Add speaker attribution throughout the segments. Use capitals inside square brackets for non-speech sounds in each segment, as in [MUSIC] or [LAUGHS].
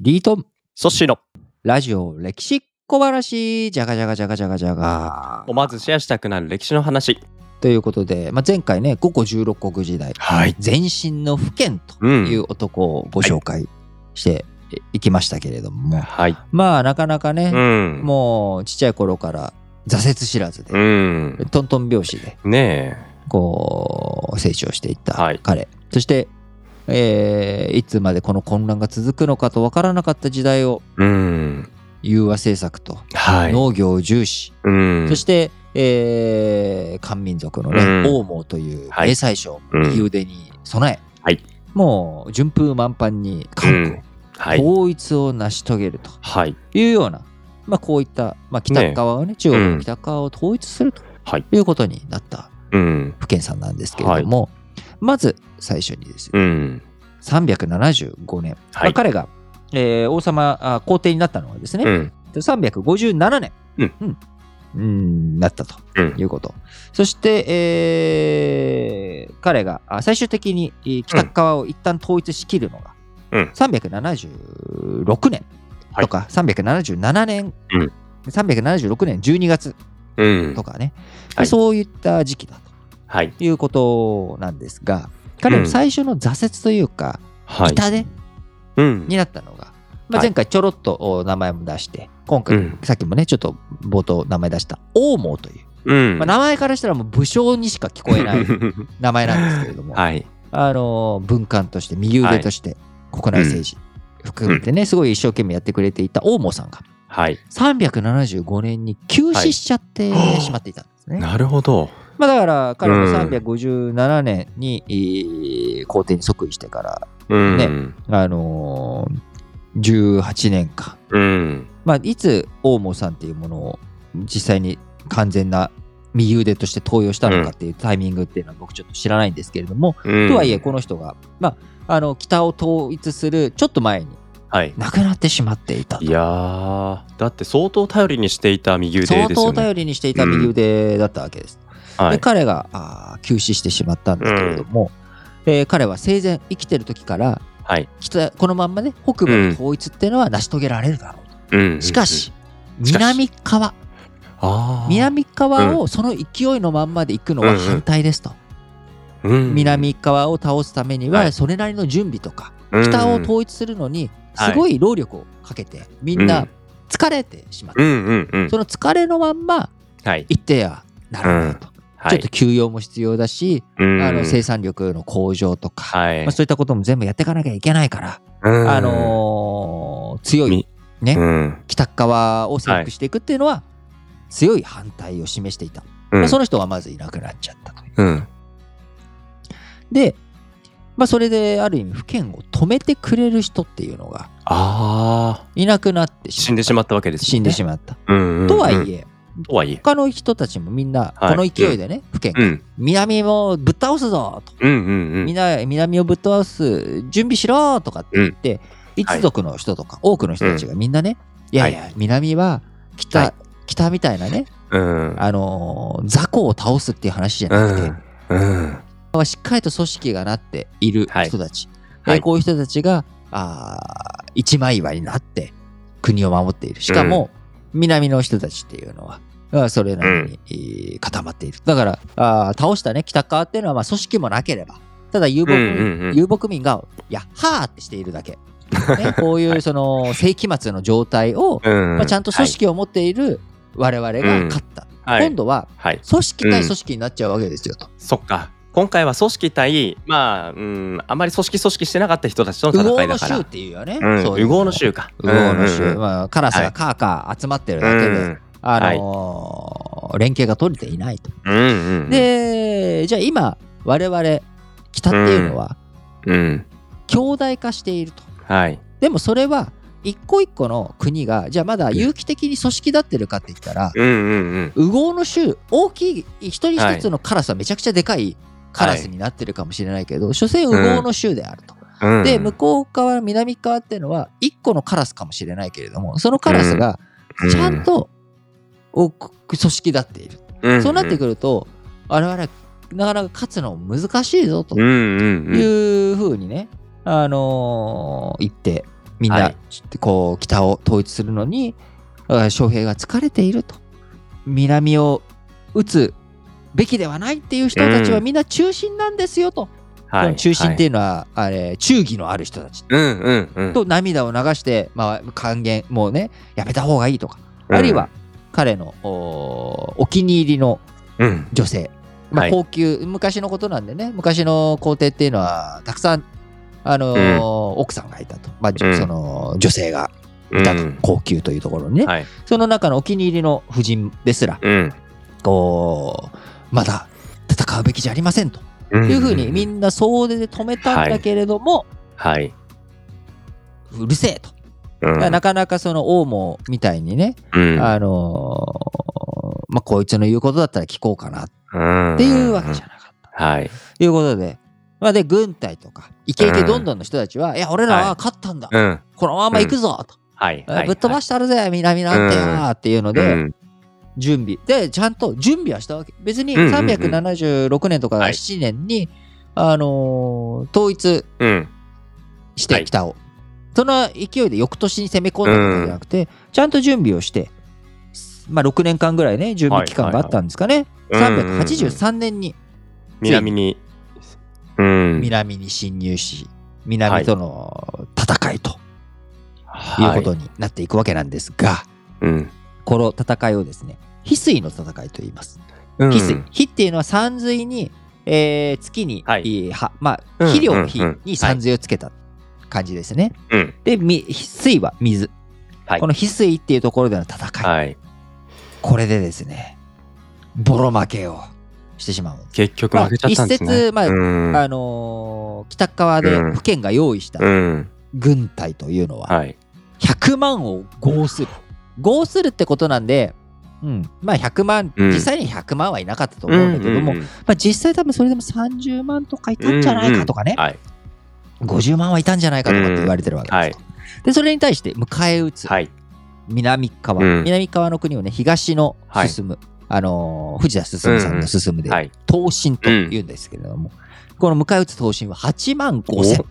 Speaker 1: リートン
Speaker 2: ソッシーの
Speaker 1: ラジオ歴史小話じゃがじゃがじゃがじゃがじゃが
Speaker 2: 思わずシェアしたくなる歴史の話。
Speaker 1: ということで、まあ、前回ね五個十六国時代
Speaker 2: はい。
Speaker 1: 全身の不健という男をご紹介していきましたけれども、
Speaker 2: はい。
Speaker 1: まあなかなか
Speaker 2: う
Speaker 1: ね、
Speaker 2: ん。
Speaker 1: もうちっちゃい頃から挫折知らず
Speaker 2: う
Speaker 1: で、
Speaker 2: ん。
Speaker 1: トントン拍子で
Speaker 2: ね
Speaker 1: こう成長していった
Speaker 2: はい
Speaker 1: 彼、そして、えーいつまでこの混乱が続くのかとわからなかった時代を
Speaker 2: え。うん。
Speaker 1: 融和政策と
Speaker 2: はい。
Speaker 1: 農業を重視、
Speaker 2: うん
Speaker 1: そして、えー漢民族のね、
Speaker 2: うん
Speaker 1: 王毛という
Speaker 2: はい
Speaker 1: 英才将
Speaker 2: うん
Speaker 1: 右腕に備え、
Speaker 2: はい
Speaker 1: もう順風満帆に
Speaker 2: うん
Speaker 1: 韓
Speaker 2: はい。
Speaker 1: 国、統一を成し遂げると
Speaker 2: はい。
Speaker 1: いうような、まあ、こういった、まあ、北側をね中国の北側を統一すると
Speaker 2: はい。
Speaker 1: いうことになった
Speaker 2: うん。
Speaker 1: 福建さんなんですけれども、まず最初にですね
Speaker 2: うん。
Speaker 1: 375年、まあ
Speaker 2: はい
Speaker 1: 彼が、えー王様あ皇帝になったのはですね、
Speaker 2: うん。
Speaker 1: で357年、
Speaker 2: うん
Speaker 1: うんうんなったと
Speaker 2: うん
Speaker 1: いうこと、そして、えー彼があ最終的にえー北側を一旦統一しきるのが、
Speaker 2: うん
Speaker 1: 376年とか、377年、
Speaker 2: うん
Speaker 1: 376年12月
Speaker 2: うん
Speaker 1: と。かね、
Speaker 2: はい
Speaker 1: そういった時期だ
Speaker 2: はい。
Speaker 1: ということなんですが彼の最初の挫折というか、
Speaker 2: はい。
Speaker 1: 痛手
Speaker 2: うん
Speaker 1: に。なったのが、まあ、
Speaker 2: はい
Speaker 1: 前回ちょろっとお名前も出して今
Speaker 2: う
Speaker 1: 回、
Speaker 2: ん。
Speaker 1: さっきもねちょっと冒頭名前出した王毛という、
Speaker 2: うん。
Speaker 1: まあ、名前からしたらもう武将にしか聞こえない名前なんですけれども、
Speaker 2: [LAUGHS] はい。
Speaker 1: あのー文官として右腕として国内政治含めてね、すごい一生懸命やってくれていた王毛さんが
Speaker 2: はい。
Speaker 1: 375年に急死しちゃって
Speaker 2: はい
Speaker 1: しまっていたんですね。
Speaker 2: なるほど。
Speaker 1: まあ、だから彼も
Speaker 2: うん
Speaker 1: 357年に、えー皇帝に即位してから、
Speaker 2: うん。
Speaker 1: あのー18年間
Speaker 2: うん。
Speaker 1: まあ、いつ大毛さんっていうものを実際に完全な右腕として登用したのかっていうタイミングっていうのは僕ちょっと知らないんですけれども、
Speaker 2: と
Speaker 1: とはいえこの人が、まあ、あの北を統一するちょっと前に
Speaker 2: はい。
Speaker 1: 亡くなってしまっていた
Speaker 2: いやー、だって相当頼りにしていた右腕
Speaker 1: 相
Speaker 2: ですよ
Speaker 1: 当
Speaker 2: ね。
Speaker 1: 頼りにしていた右腕だったわけです。
Speaker 2: は
Speaker 1: で
Speaker 2: い。
Speaker 1: 彼があー急死してしまったんだけれども、えー彼は生前生きてる時から
Speaker 2: はい。
Speaker 1: 北このまんまね北部の統一っていうのは成し遂げられるだろうと、
Speaker 2: うん
Speaker 1: しかし、
Speaker 2: しかし
Speaker 1: 南側
Speaker 2: あー
Speaker 1: 南側をその勢いのまんまで行くのは反対ですと、
Speaker 2: うん
Speaker 1: 南側を倒すために
Speaker 2: は
Speaker 1: はいそれなりの準備とか、
Speaker 2: うん
Speaker 1: 北を統一するのにすごい労力をかけてみんな疲れてしまっ
Speaker 2: う
Speaker 1: た、
Speaker 2: んうんうん
Speaker 1: その疲れのまんま
Speaker 2: はい
Speaker 1: 行ってはならないと、
Speaker 2: はい
Speaker 1: ちょっと休養も必要だし、
Speaker 2: うん
Speaker 1: あの生産力の向上とか、
Speaker 2: はい
Speaker 1: まあ、そういったことも全部やっていかなきゃいけないから、
Speaker 2: うん
Speaker 1: あのー強い
Speaker 2: み
Speaker 1: ね、
Speaker 2: うん
Speaker 1: 北側を征服していくっていうのは強い反対を示していた、
Speaker 2: う
Speaker 1: まあ
Speaker 2: ん
Speaker 1: その人はまずいなくなっちゃったという
Speaker 2: うん
Speaker 1: で、まあ、それである意味不健を止めてくれる人っていうのが
Speaker 2: あー
Speaker 1: いなくなって
Speaker 2: 死んでしまったわけです
Speaker 1: 死んでしまった、
Speaker 2: まうん
Speaker 1: とはい
Speaker 2: え
Speaker 1: え
Speaker 2: とはいえ
Speaker 1: 他の人たちもみんな
Speaker 2: は
Speaker 1: この
Speaker 2: い
Speaker 1: 勢いでね、不健
Speaker 2: うん
Speaker 1: 南もぶっ倒すぞと
Speaker 2: うんうんう
Speaker 1: みん
Speaker 2: ん
Speaker 1: な南をぶっ倒す準備しろとかって言って、一族の人とか多くの人たちがみんなね、いやいや南は北、
Speaker 2: はい
Speaker 1: 北みたいなね、
Speaker 2: うん
Speaker 1: あのー雑魚を倒すっていう話じゃ
Speaker 2: う
Speaker 1: なくて、
Speaker 2: んうん
Speaker 1: まあしっかりと組織がなっている
Speaker 2: はい
Speaker 1: 人たち、
Speaker 2: はい
Speaker 1: えーこういう人たちがあー一枚岩になって国を守っているしかも、南の人たちっていうのはあそれなりに、えー固まっているだからあー倒したね北側っていうのはまあ組織もなければただ遊牧,、
Speaker 2: うんうんうん
Speaker 1: 遊牧民が「いやはーってしているだけ、
Speaker 2: [LAUGHS]
Speaker 1: ね、こうい
Speaker 2: は
Speaker 1: う
Speaker 2: い
Speaker 1: その世紀末の状態を、
Speaker 2: うん
Speaker 1: まあ、ちゃんと組織を持っている我々が勝った、
Speaker 2: はいはい
Speaker 1: 今度は
Speaker 2: はい
Speaker 1: 組織対組織になっちゃうわけですよと。
Speaker 2: そっか今回は組織対まあうんあまり組織組織してなかった人たちとの
Speaker 1: 右
Speaker 2: 戦
Speaker 1: 往
Speaker 2: いだ
Speaker 1: の
Speaker 2: か
Speaker 1: 衆
Speaker 2: ら
Speaker 1: っていうよね。
Speaker 2: うん
Speaker 1: そういう
Speaker 2: 右往の衆か
Speaker 1: 右往の衆、
Speaker 2: うんうんうん
Speaker 1: まあ、カラス
Speaker 2: は
Speaker 1: が
Speaker 2: い
Speaker 1: カーカー集まってる
Speaker 2: う
Speaker 1: だけで、
Speaker 2: ん
Speaker 1: あのー連携が取れていないと。
Speaker 2: うんうん
Speaker 1: で、じゃあ今、我々、北っていうのは、
Speaker 2: うん
Speaker 1: 強大化していると。
Speaker 2: はい
Speaker 1: でもそれは、一個一個の国が、じゃあまだ有機的に組織立ってるかって言ったら、
Speaker 2: うんうんうん
Speaker 1: 右往の衆、大きい、一人一つのカラスはめちゃくちゃでかいカラスになってるかもしれないけど、所詮右往の衆であると。
Speaker 2: うん
Speaker 1: で向こう側南側っていうのは1個のカラスかもしれないけれどもそのカラスがちゃんとお組織立っている、
Speaker 2: うん
Speaker 1: そうなってくると我々はなかなか勝つのも難しいぞと
Speaker 2: うんうんうん
Speaker 1: いうふうにね、あのー言ってみん
Speaker 2: は
Speaker 1: ないこう北を統一するのに、あ将兵が疲れていると南を撃つべきではないっていう人たちは
Speaker 2: うん
Speaker 1: みんな中心なんですよと、
Speaker 2: はい。
Speaker 1: 中心ってい
Speaker 2: いう
Speaker 1: のは、あれ忠義のある人たち
Speaker 2: う。うんうんうん。
Speaker 1: と涙を流して、まあ、還元もうねやめた方がいいとか、
Speaker 2: うん
Speaker 1: あるいは、彼のおお気に入りの
Speaker 2: うん。
Speaker 1: 女性、ま
Speaker 2: は
Speaker 1: あ、
Speaker 2: い
Speaker 1: 高級、昔のことなんでね昔の皇帝っていうのはたくさん、あのー
Speaker 2: うん
Speaker 1: 奥さんがいたと、まあじ
Speaker 2: う
Speaker 1: ょ
Speaker 2: ん
Speaker 1: その女性が
Speaker 2: う
Speaker 1: いたと、
Speaker 2: ん。
Speaker 1: 高級というところにね、
Speaker 2: はい。
Speaker 1: その中のお気に入りの夫人ですら
Speaker 2: うん。
Speaker 1: こうまだ戦うべきじゃありませんと
Speaker 2: うん
Speaker 1: いうふうにみんな総出で止めたんだけれども、
Speaker 2: はい。
Speaker 1: うるせえと、
Speaker 2: う
Speaker 1: だから
Speaker 2: ん。
Speaker 1: なかなかその王もみたいにね、
Speaker 2: うん
Speaker 1: あのーまあこいつの言うことだったら聞こうかなっ
Speaker 2: うん
Speaker 1: ていうわけじゃなかった。
Speaker 2: はい。
Speaker 1: ということで、まあ、で軍隊とかイケイケどんどんの人たちは、いや俺らは勝ったんだ、
Speaker 2: うん。
Speaker 1: このまま行くぞと、
Speaker 2: はい。はい
Speaker 1: ぶっ飛ばしてあるぜ南なんてよ
Speaker 2: うん
Speaker 1: っていうの
Speaker 2: う
Speaker 1: で
Speaker 2: ん
Speaker 1: 準備でちゃんと準備はしたわけ別に
Speaker 2: うんうんうん
Speaker 1: 376年とか
Speaker 2: はい
Speaker 1: 7年に、あのー統一
Speaker 2: うん。
Speaker 1: して
Speaker 2: はい
Speaker 1: 北を、その勢いで翌年に攻め込んだとかじゃなくて、ちゃんと準備をして、まあ、6年間ぐらいね準備期間があったんですかね、
Speaker 2: はいはいはい
Speaker 1: 383年に
Speaker 2: 南に。うん。
Speaker 1: 南に侵入し南との戦いという
Speaker 2: は
Speaker 1: ことになっていくわけなんですが、
Speaker 2: うん。
Speaker 1: この戦いをですね翡翠の戦いと言います。
Speaker 2: うん
Speaker 1: 翡翠、火っていうのは山水に、えー月に、
Speaker 2: はい
Speaker 1: いいはまあ、
Speaker 2: うん
Speaker 1: 肥料の火
Speaker 2: うんうん
Speaker 1: に山水をつけた感じですね。
Speaker 2: うん。
Speaker 1: でみ翡翠は水、
Speaker 2: はい
Speaker 1: この翡翠っていうところでの戦い、
Speaker 2: はい。
Speaker 1: これでですねボロ負けをしてしまうんです。
Speaker 2: 結局負けちゃったんですね。
Speaker 1: まあ一説まあ
Speaker 2: うん
Speaker 1: あのー北側で
Speaker 2: うん
Speaker 1: 府県が用意した
Speaker 2: うん。
Speaker 1: 軍隊というのは、
Speaker 2: はい。
Speaker 1: 100万を合する。合するってことなんで、うん、まあ100万、
Speaker 2: うん
Speaker 1: 実際に100万はいなかったと思うんだけども、
Speaker 2: うんうんうん
Speaker 1: まあ、実際多分それでも30万とかいたんじゃないかとかね、
Speaker 2: はい。
Speaker 1: 50万はいたんじゃないかとかって言われてるわけですよ、で、それに対して迎え撃つ
Speaker 2: はい。
Speaker 1: 南側、
Speaker 2: うん
Speaker 1: 南側の国をね、東の
Speaker 2: はい
Speaker 1: 進む、あのー藤田進さんの進むで、
Speaker 2: はい。
Speaker 1: 東進と言うんですけれども、この迎え撃つ東進は8万5千
Speaker 2: お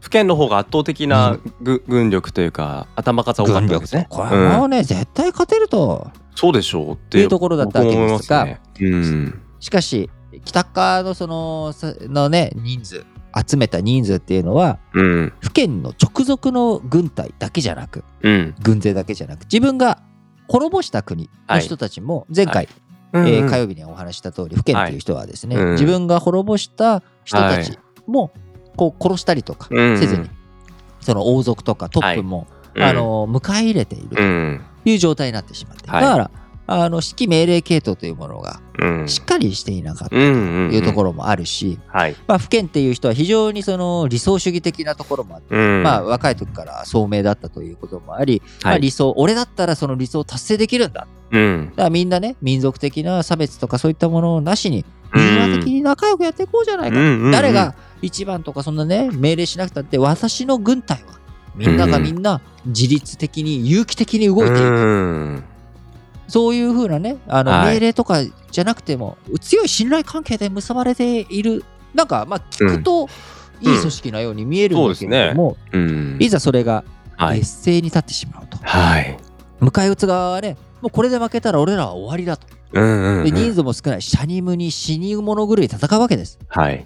Speaker 2: 府県の方が圧倒的なぐ軍力というか頭数多かった
Speaker 1: 軍
Speaker 2: んで
Speaker 1: 力
Speaker 2: す
Speaker 1: と
Speaker 2: ね。。
Speaker 1: これはも
Speaker 2: うん
Speaker 1: うね、絶対勝てると
Speaker 2: そうでしょうって
Speaker 1: いうところだったわけ
Speaker 2: 僕も思い
Speaker 1: で
Speaker 2: ます
Speaker 1: が、
Speaker 2: ねうん
Speaker 1: しかし北側のそのさのね人数集めた人数っていうのは
Speaker 2: うん
Speaker 1: 府県の直属の軍隊だけじゃなく
Speaker 2: うん
Speaker 1: 軍勢だけじゃなく自分が滅ぼした国の人たちも前回、
Speaker 2: うん
Speaker 1: えー火曜日にお話しした通り府県っていう人はですね、
Speaker 2: うん
Speaker 1: 自分が滅ぼした人たちもこう殺したりとか
Speaker 2: うん
Speaker 1: せずに、その王族とかトップも、あの迎え入れている
Speaker 2: う
Speaker 1: と
Speaker 2: ん
Speaker 1: いう状態になってしまって、
Speaker 2: はい
Speaker 1: だからあの指揮命令系統というものが
Speaker 2: うん
Speaker 1: しっかりしていなかった。
Speaker 2: うん
Speaker 1: いうとこ
Speaker 2: ろ
Speaker 1: ろもあるし、
Speaker 2: はい
Speaker 1: まあ、府県っていう人は非常にその理想主義的なところもあって、
Speaker 2: うん
Speaker 1: まあ、若い時から聡明だったということもあり、ま
Speaker 2: は
Speaker 1: あ、
Speaker 2: い
Speaker 1: 理想俺だったらその理想を達成できるんだだか
Speaker 2: うん
Speaker 1: らみんなね民族的な差別とかそういったものをなしに
Speaker 2: うん
Speaker 1: 融和的に仲良くやっていこうじゃないか、
Speaker 2: うんうん
Speaker 1: 誰が一番とかそんなね命令しなくたって私の軍隊はみんながみんな自律的に有機的に動いている、
Speaker 2: うん
Speaker 1: そういうふうなね、あの
Speaker 2: はい
Speaker 1: 命令とかじゃなくても、強い信頼関係で結ばれている、なんか、まあ、聞くと、
Speaker 2: うん
Speaker 1: いい組織のように見えるん
Speaker 2: そう
Speaker 1: だ
Speaker 2: で
Speaker 1: けれ
Speaker 2: すね
Speaker 1: ども、
Speaker 2: うん
Speaker 1: いざそれが
Speaker 2: はい
Speaker 1: 劣勢に立ってしまうと。
Speaker 2: はい
Speaker 1: 迎え撃つ側はね、もうこれで負けたら俺らは終わりだと。
Speaker 2: うんうんう
Speaker 1: で、
Speaker 2: ん
Speaker 1: 人数も少ない、シャニムに死に物狂い戦うわけです。
Speaker 2: はい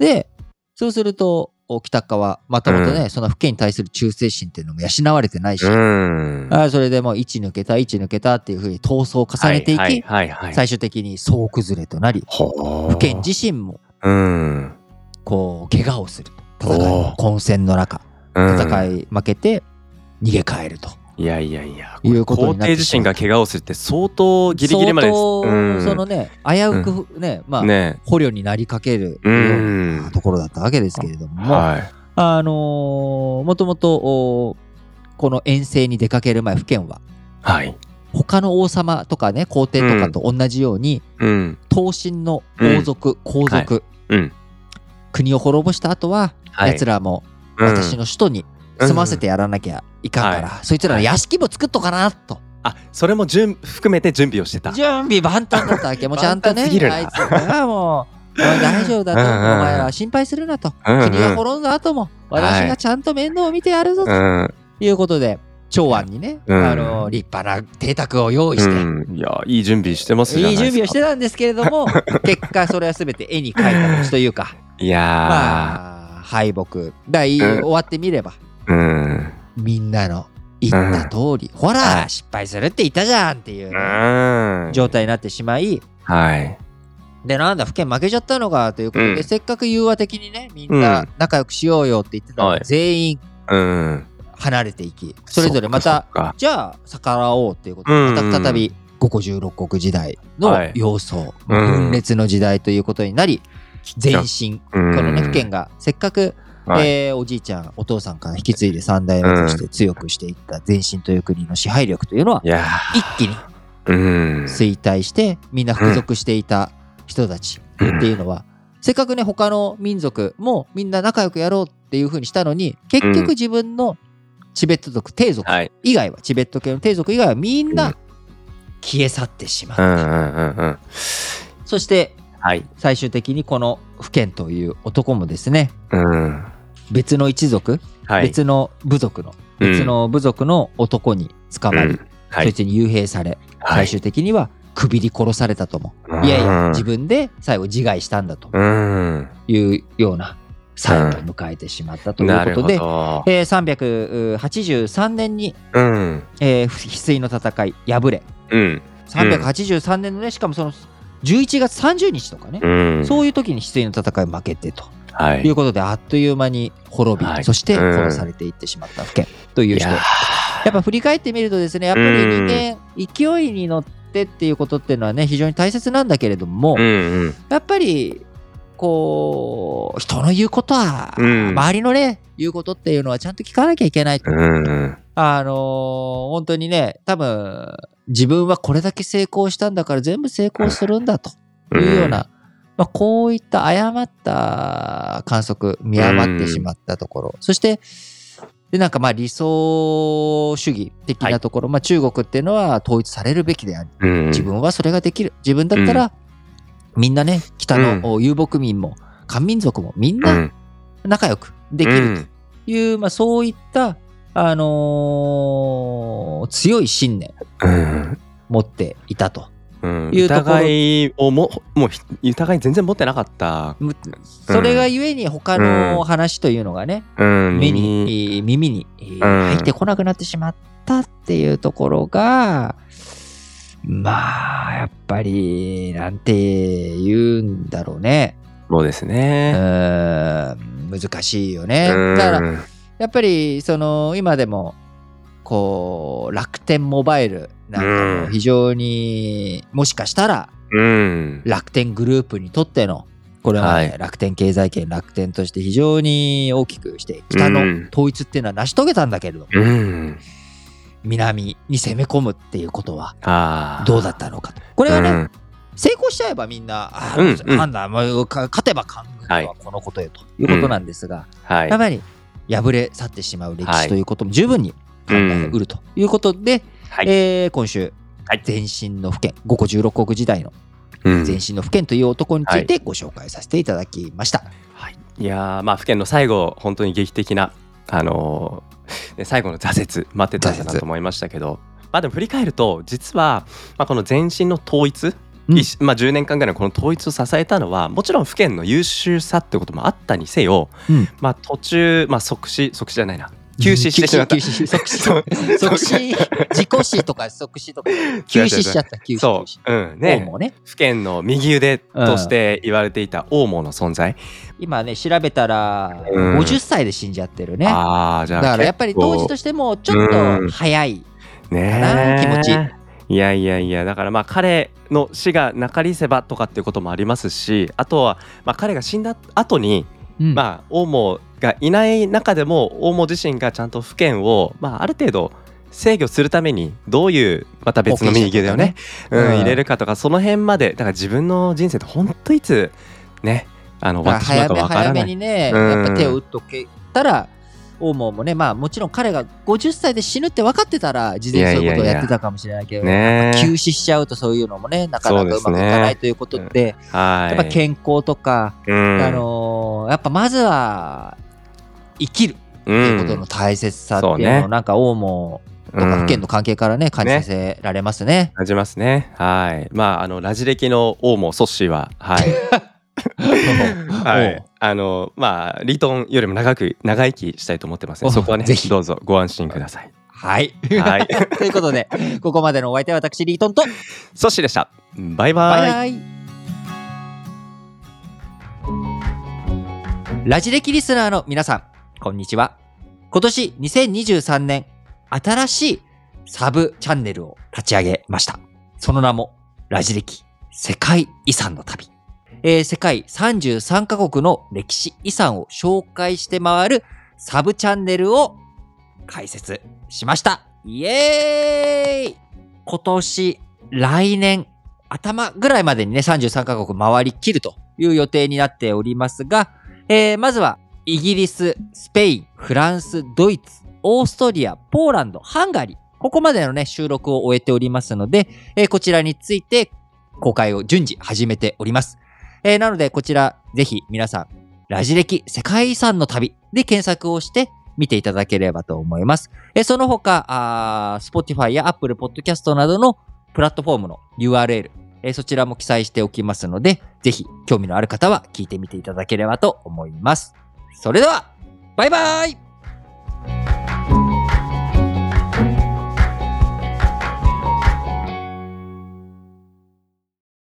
Speaker 1: で、そうすると、お北側、またまたね、その府県に対する忠誠心っていうのも養われてないし、
Speaker 2: うん
Speaker 1: あーそれでもう1抜けた、1抜けたっていうふうに闘争を重ねていき、
Speaker 2: はいはいはいはい
Speaker 1: 最終的に総崩れとなり、
Speaker 2: ほう
Speaker 1: 府県自身も
Speaker 2: うん
Speaker 1: こう怪我をすると戦い
Speaker 2: お
Speaker 1: の混戦の中
Speaker 2: うん
Speaker 1: 戦い負けて逃げ帰ると
Speaker 2: いやいやいや
Speaker 1: いうこと
Speaker 2: 皇
Speaker 1: になって
Speaker 2: 帝自
Speaker 1: しま
Speaker 2: 身
Speaker 1: う
Speaker 2: が怪我をするって相当ギリギリまで
Speaker 1: 相当
Speaker 2: うん
Speaker 1: そのね危うくねまあ
Speaker 2: ね
Speaker 1: 捕虜になりかけるよう
Speaker 2: う
Speaker 1: んなところだったわけですけれども
Speaker 2: はい
Speaker 1: あのーもともとおこの遠征に出かける前府県は
Speaker 2: はい
Speaker 1: 他の王様とかね皇帝とかと同じように
Speaker 2: うん
Speaker 1: 東進の王族皇族
Speaker 2: うん
Speaker 1: 国を滅ぼした後は
Speaker 2: はい
Speaker 1: 奴らも
Speaker 2: うん
Speaker 1: 私の首都に住ませてやらなきゃいかんから、そいつらの屋敷も作っとかなと、
Speaker 2: あそれも準含めて準備をしてた
Speaker 1: 準備万端だったわけもうちゃんとね
Speaker 2: 万端すぎるな
Speaker 1: あいつらはもお前大丈夫だと、お
Speaker 2: うんうんうん
Speaker 1: 前らは心配するなと、
Speaker 2: うんうん
Speaker 1: 国が滅んだ後も、私がちゃんと面倒を見てやるぞと
Speaker 2: うん
Speaker 1: いうことで、長安にね、
Speaker 2: うん
Speaker 1: あの立派な邸宅を用意して、
Speaker 2: うん、いやいい準備してますじゃない
Speaker 1: いい
Speaker 2: ですか
Speaker 1: 準備をしてたんですけれども、結果、それは全て絵に描いた餅という
Speaker 2: [LAUGHS]
Speaker 1: か、
Speaker 2: いやー、
Speaker 1: まあ、敗北。だい
Speaker 2: うん
Speaker 1: 終わってみれば、
Speaker 2: うん
Speaker 1: みんなの言った通り、ほら、失敗するって言ったじゃんっていうね
Speaker 2: うん
Speaker 1: 状態になってしまい、
Speaker 2: はい
Speaker 1: で、なんだ、府県負けちゃったのかということで、
Speaker 2: うん
Speaker 1: せっかく融和的にね、みん
Speaker 2: う
Speaker 1: なん仲良くしようよって言ってたのが
Speaker 2: はい
Speaker 1: 全員
Speaker 2: うん
Speaker 1: 離れていき、それぞれまた、
Speaker 2: そっか
Speaker 1: じゃあ逆らおうっていうこと
Speaker 2: うん
Speaker 1: で、
Speaker 2: うん
Speaker 1: また再び五五十六国時代の
Speaker 2: はい
Speaker 1: 様相、
Speaker 2: うん
Speaker 1: 分裂の時代ということになり、前進、
Speaker 2: そっかうん
Speaker 1: このね、府県がせっかく、
Speaker 2: はい、
Speaker 1: えーおじいちゃん、お父さんから引き継いで三代目として強くしていった前進という国の支配力というのはい
Speaker 2: や
Speaker 1: 一気に
Speaker 2: ーうん
Speaker 1: 衰退して、みんな服属していた人たちっていうのは、せっかくね、他の民族もみんな仲良くやろうっていうふうにしたのに、結
Speaker 2: うん
Speaker 1: 局自分のチベット族、帝族
Speaker 2: はい
Speaker 1: 以外は、チベット系の帝族以外はみん
Speaker 2: う
Speaker 1: な消え去ってしま
Speaker 2: う
Speaker 1: う。
Speaker 2: んうんうんうん
Speaker 1: そして、
Speaker 2: はい
Speaker 1: 最終的にこの不健という男もですね、
Speaker 2: うん
Speaker 1: 別の一族、
Speaker 2: はい
Speaker 1: 別の部族の、
Speaker 2: うん
Speaker 1: 別の部族の男に捕まり、
Speaker 2: うん
Speaker 1: そ
Speaker 2: は
Speaker 1: い
Speaker 2: い
Speaker 1: つに幽閉され、
Speaker 2: はい
Speaker 1: 最終的にはくびり殺されたとも、
Speaker 2: うん
Speaker 1: いやいや自分で最後自害したんだと
Speaker 2: うん
Speaker 1: いうような最後を迎えてしまったとい
Speaker 2: な
Speaker 1: う
Speaker 2: る
Speaker 1: こ
Speaker 2: ほ
Speaker 1: とで、
Speaker 2: ど
Speaker 1: えー383年に、
Speaker 2: うん
Speaker 1: えー翡翠の戦い敗れ
Speaker 2: うん
Speaker 1: 383年のねしかもその11月30日とかね、
Speaker 2: うん
Speaker 1: そういう時に翡翠の戦い負けてと
Speaker 2: は
Speaker 1: いう
Speaker 2: い
Speaker 1: ことであっという間に滅び、
Speaker 2: はい
Speaker 1: そして
Speaker 2: うん
Speaker 1: 殺されていってしまった府県という人
Speaker 2: いや
Speaker 1: やっぱ振り返ってみるとですねやっぱり
Speaker 2: うん
Speaker 1: 人間勢いに乗ってっていうことっていうのはね非常に大切なんだけれども、
Speaker 2: うんうん
Speaker 1: やっぱりこう人の言うことは、
Speaker 2: うん
Speaker 1: 周りのね言うことっていうのはちゃんと聞かなきゃいけないと、
Speaker 2: うんうん
Speaker 1: あのー本当にね多分自分はこれだけ成功したんだから全部成功するんだというような、まあ、こういった誤った観測見誤ってしまったところ、そしてでなんかまあ理想主義的なところ、まあ、中国っていうのは統一されるべきであり
Speaker 2: うん
Speaker 1: 自分はそれができる自分だったら、みんなね北の遊牧民も漢民族もみん
Speaker 2: う
Speaker 1: なん仲良くできるという、まあ、そういった、あのー強い信念
Speaker 2: うん
Speaker 1: 持っていたと。
Speaker 2: うん
Speaker 1: いうところ
Speaker 2: 疑いをももうひ疑い全然持ってなかった、
Speaker 1: むそれがゆえに他の話というのがね、
Speaker 2: うん、
Speaker 1: 目に、えー耳に、えー入ってこなくなってしまったっていうところが、まあ、やっぱり、なんて言うんだろうね。
Speaker 2: そうです
Speaker 1: う
Speaker 2: ね。
Speaker 1: ーん難しいよね。
Speaker 2: うん
Speaker 1: だからやっぱりその今でもこう楽天モバイルなんかも
Speaker 2: うん
Speaker 1: 非常にもしかしたら
Speaker 2: うん、
Speaker 1: 楽天グループにとってのこれは、
Speaker 2: はい
Speaker 1: 楽天経済圏楽天として非常に大きくして北の
Speaker 2: うん
Speaker 1: 統一っていうのは成し遂げたんだけれども、
Speaker 2: うん、
Speaker 1: 南に攻め込むっていうことは
Speaker 2: ああ、
Speaker 1: どうだったのかとこれはね、
Speaker 2: うん
Speaker 1: 成功しちゃえばみんな、あ
Speaker 2: うんうん
Speaker 1: なんだ、もうか勝てば官軍
Speaker 2: はい
Speaker 1: はこのことよということなんですが、
Speaker 2: はい、
Speaker 1: やっぱり敗れ去ってしまう歴
Speaker 2: は
Speaker 1: 史
Speaker 2: い
Speaker 1: ということも十分に考えうるということで、
Speaker 2: はい
Speaker 1: えー今週、
Speaker 2: はい
Speaker 1: 前身の府県五個十六国時代の
Speaker 2: うん
Speaker 1: 前身の府県という男についてご紹介させていただきました。
Speaker 2: はい、いやーまあ府県の最後本当に劇的なあのーね最後の挫折待ってたんだ
Speaker 1: 挫
Speaker 2: な
Speaker 1: 折
Speaker 2: と思いましたけど。まあでも振り返ると実は、まあ、この前身の統一、
Speaker 1: うん
Speaker 2: いしまあ、10年間ぐらいのこの統一を支えたのはもちろん府県の優秀さってこともあったにせよ、
Speaker 1: うん
Speaker 2: まあ、途中、まあ、即死即死じゃないな休止してしまった
Speaker 1: 休止即死
Speaker 2: そう [LAUGHS]
Speaker 1: 即死 [LAUGHS] 自己死とか即死とか休止しちゃった休止
Speaker 2: そ
Speaker 1: 休止王
Speaker 2: う、うん、ね
Speaker 1: もね
Speaker 2: 府県の右腕として言われていた王毛の存在、
Speaker 1: 今ね調べたら
Speaker 2: うん
Speaker 1: 50歳で死んじゃってるね、
Speaker 2: ああじゃあ
Speaker 1: だからやっぱり当時と
Speaker 2: し
Speaker 1: してもちょっ
Speaker 2: う
Speaker 1: と
Speaker 2: ん
Speaker 1: 早い、
Speaker 2: てね
Speaker 1: な気持ち
Speaker 2: いやいやいやだからまあ彼の死がなかりせばとかっていうこともありますしあとはまあ彼が死んだ後に、
Speaker 1: うん
Speaker 2: まあ王毛がいない中でも王毛自身がちゃんと府県を、まあ、ある程度制御するためにどういうまた別の右腕をね
Speaker 1: うん
Speaker 2: うん、入れるかとかその辺までだから自分の人生って本当いつねあの終
Speaker 1: だ
Speaker 2: わっ
Speaker 1: か
Speaker 2: てしま
Speaker 1: ら早
Speaker 2: うか
Speaker 1: め
Speaker 2: わから
Speaker 1: 早
Speaker 2: な
Speaker 1: め
Speaker 2: い。
Speaker 1: にね、
Speaker 2: うん
Speaker 1: やっぱ手を打っとけたら大門もね、まあ、もちろん彼が50歳で死ぬって分かってたら事前そういうことをやってたかもしれないけど
Speaker 2: ねえ
Speaker 1: 休止しちゃうとそういうのもねなかなかうまくいかないということで
Speaker 2: そうはい
Speaker 1: やっぱ健康とか、
Speaker 2: うん
Speaker 1: あのーやっぱまずは生きる
Speaker 2: う
Speaker 1: と
Speaker 2: ん
Speaker 1: いうことの大切さっていうのを、
Speaker 2: そうね
Speaker 1: なんか大門と
Speaker 2: う
Speaker 1: か
Speaker 2: ん
Speaker 1: 府県の関係からね感じさせられますね。
Speaker 2: 感じますね。はい。まあ、あの、ラジ歴の王もソッシーは、はい。 [LAUGHS]
Speaker 1: [LAUGHS]
Speaker 2: は
Speaker 1: おう
Speaker 2: い。あの、まあ、リトンよりも長く、長生きしたいと思ってますね。
Speaker 1: おう
Speaker 2: そこはね、
Speaker 1: ぜひ
Speaker 2: どうぞご安心ください。
Speaker 1: [LAUGHS]
Speaker 2: [LAUGHS]
Speaker 1: はい、
Speaker 2: はい。
Speaker 1: ということでここまでのお相手は私リートンと
Speaker 2: ソッシーでした。バイバイ。
Speaker 1: バイバイラジ歴リスナーの皆さんこんにちは今年2023年新しいサブチャンネルを立ち上げましたその名もラジ歴世界遺産の旅、えー世界33カ国の歴史遺産を紹介して回るサブチャンネルを開設しましたイエーイ今年来年頭ぐらいまでにね、33カ国回りきるという予定になっておりますが、えーまずは、イギリス、スペイン、フランス、ドイツ、オーストリア、ポーランド、ハンガリー、ここまでのね、収録を終えておりますので、えーこちらについて公開を順次始めております。えーなので、こちら、ぜひ皆さん、ラジ歴世界遺産の旅で検索をして見ていただければと思います。えーその他、あー Spotify や Apple Podcast などのプラットフォームの URL、えーそちらも記載しておきますので、ぜひ興味のある方は聞いてみていただければと思います。それでは、バイバイ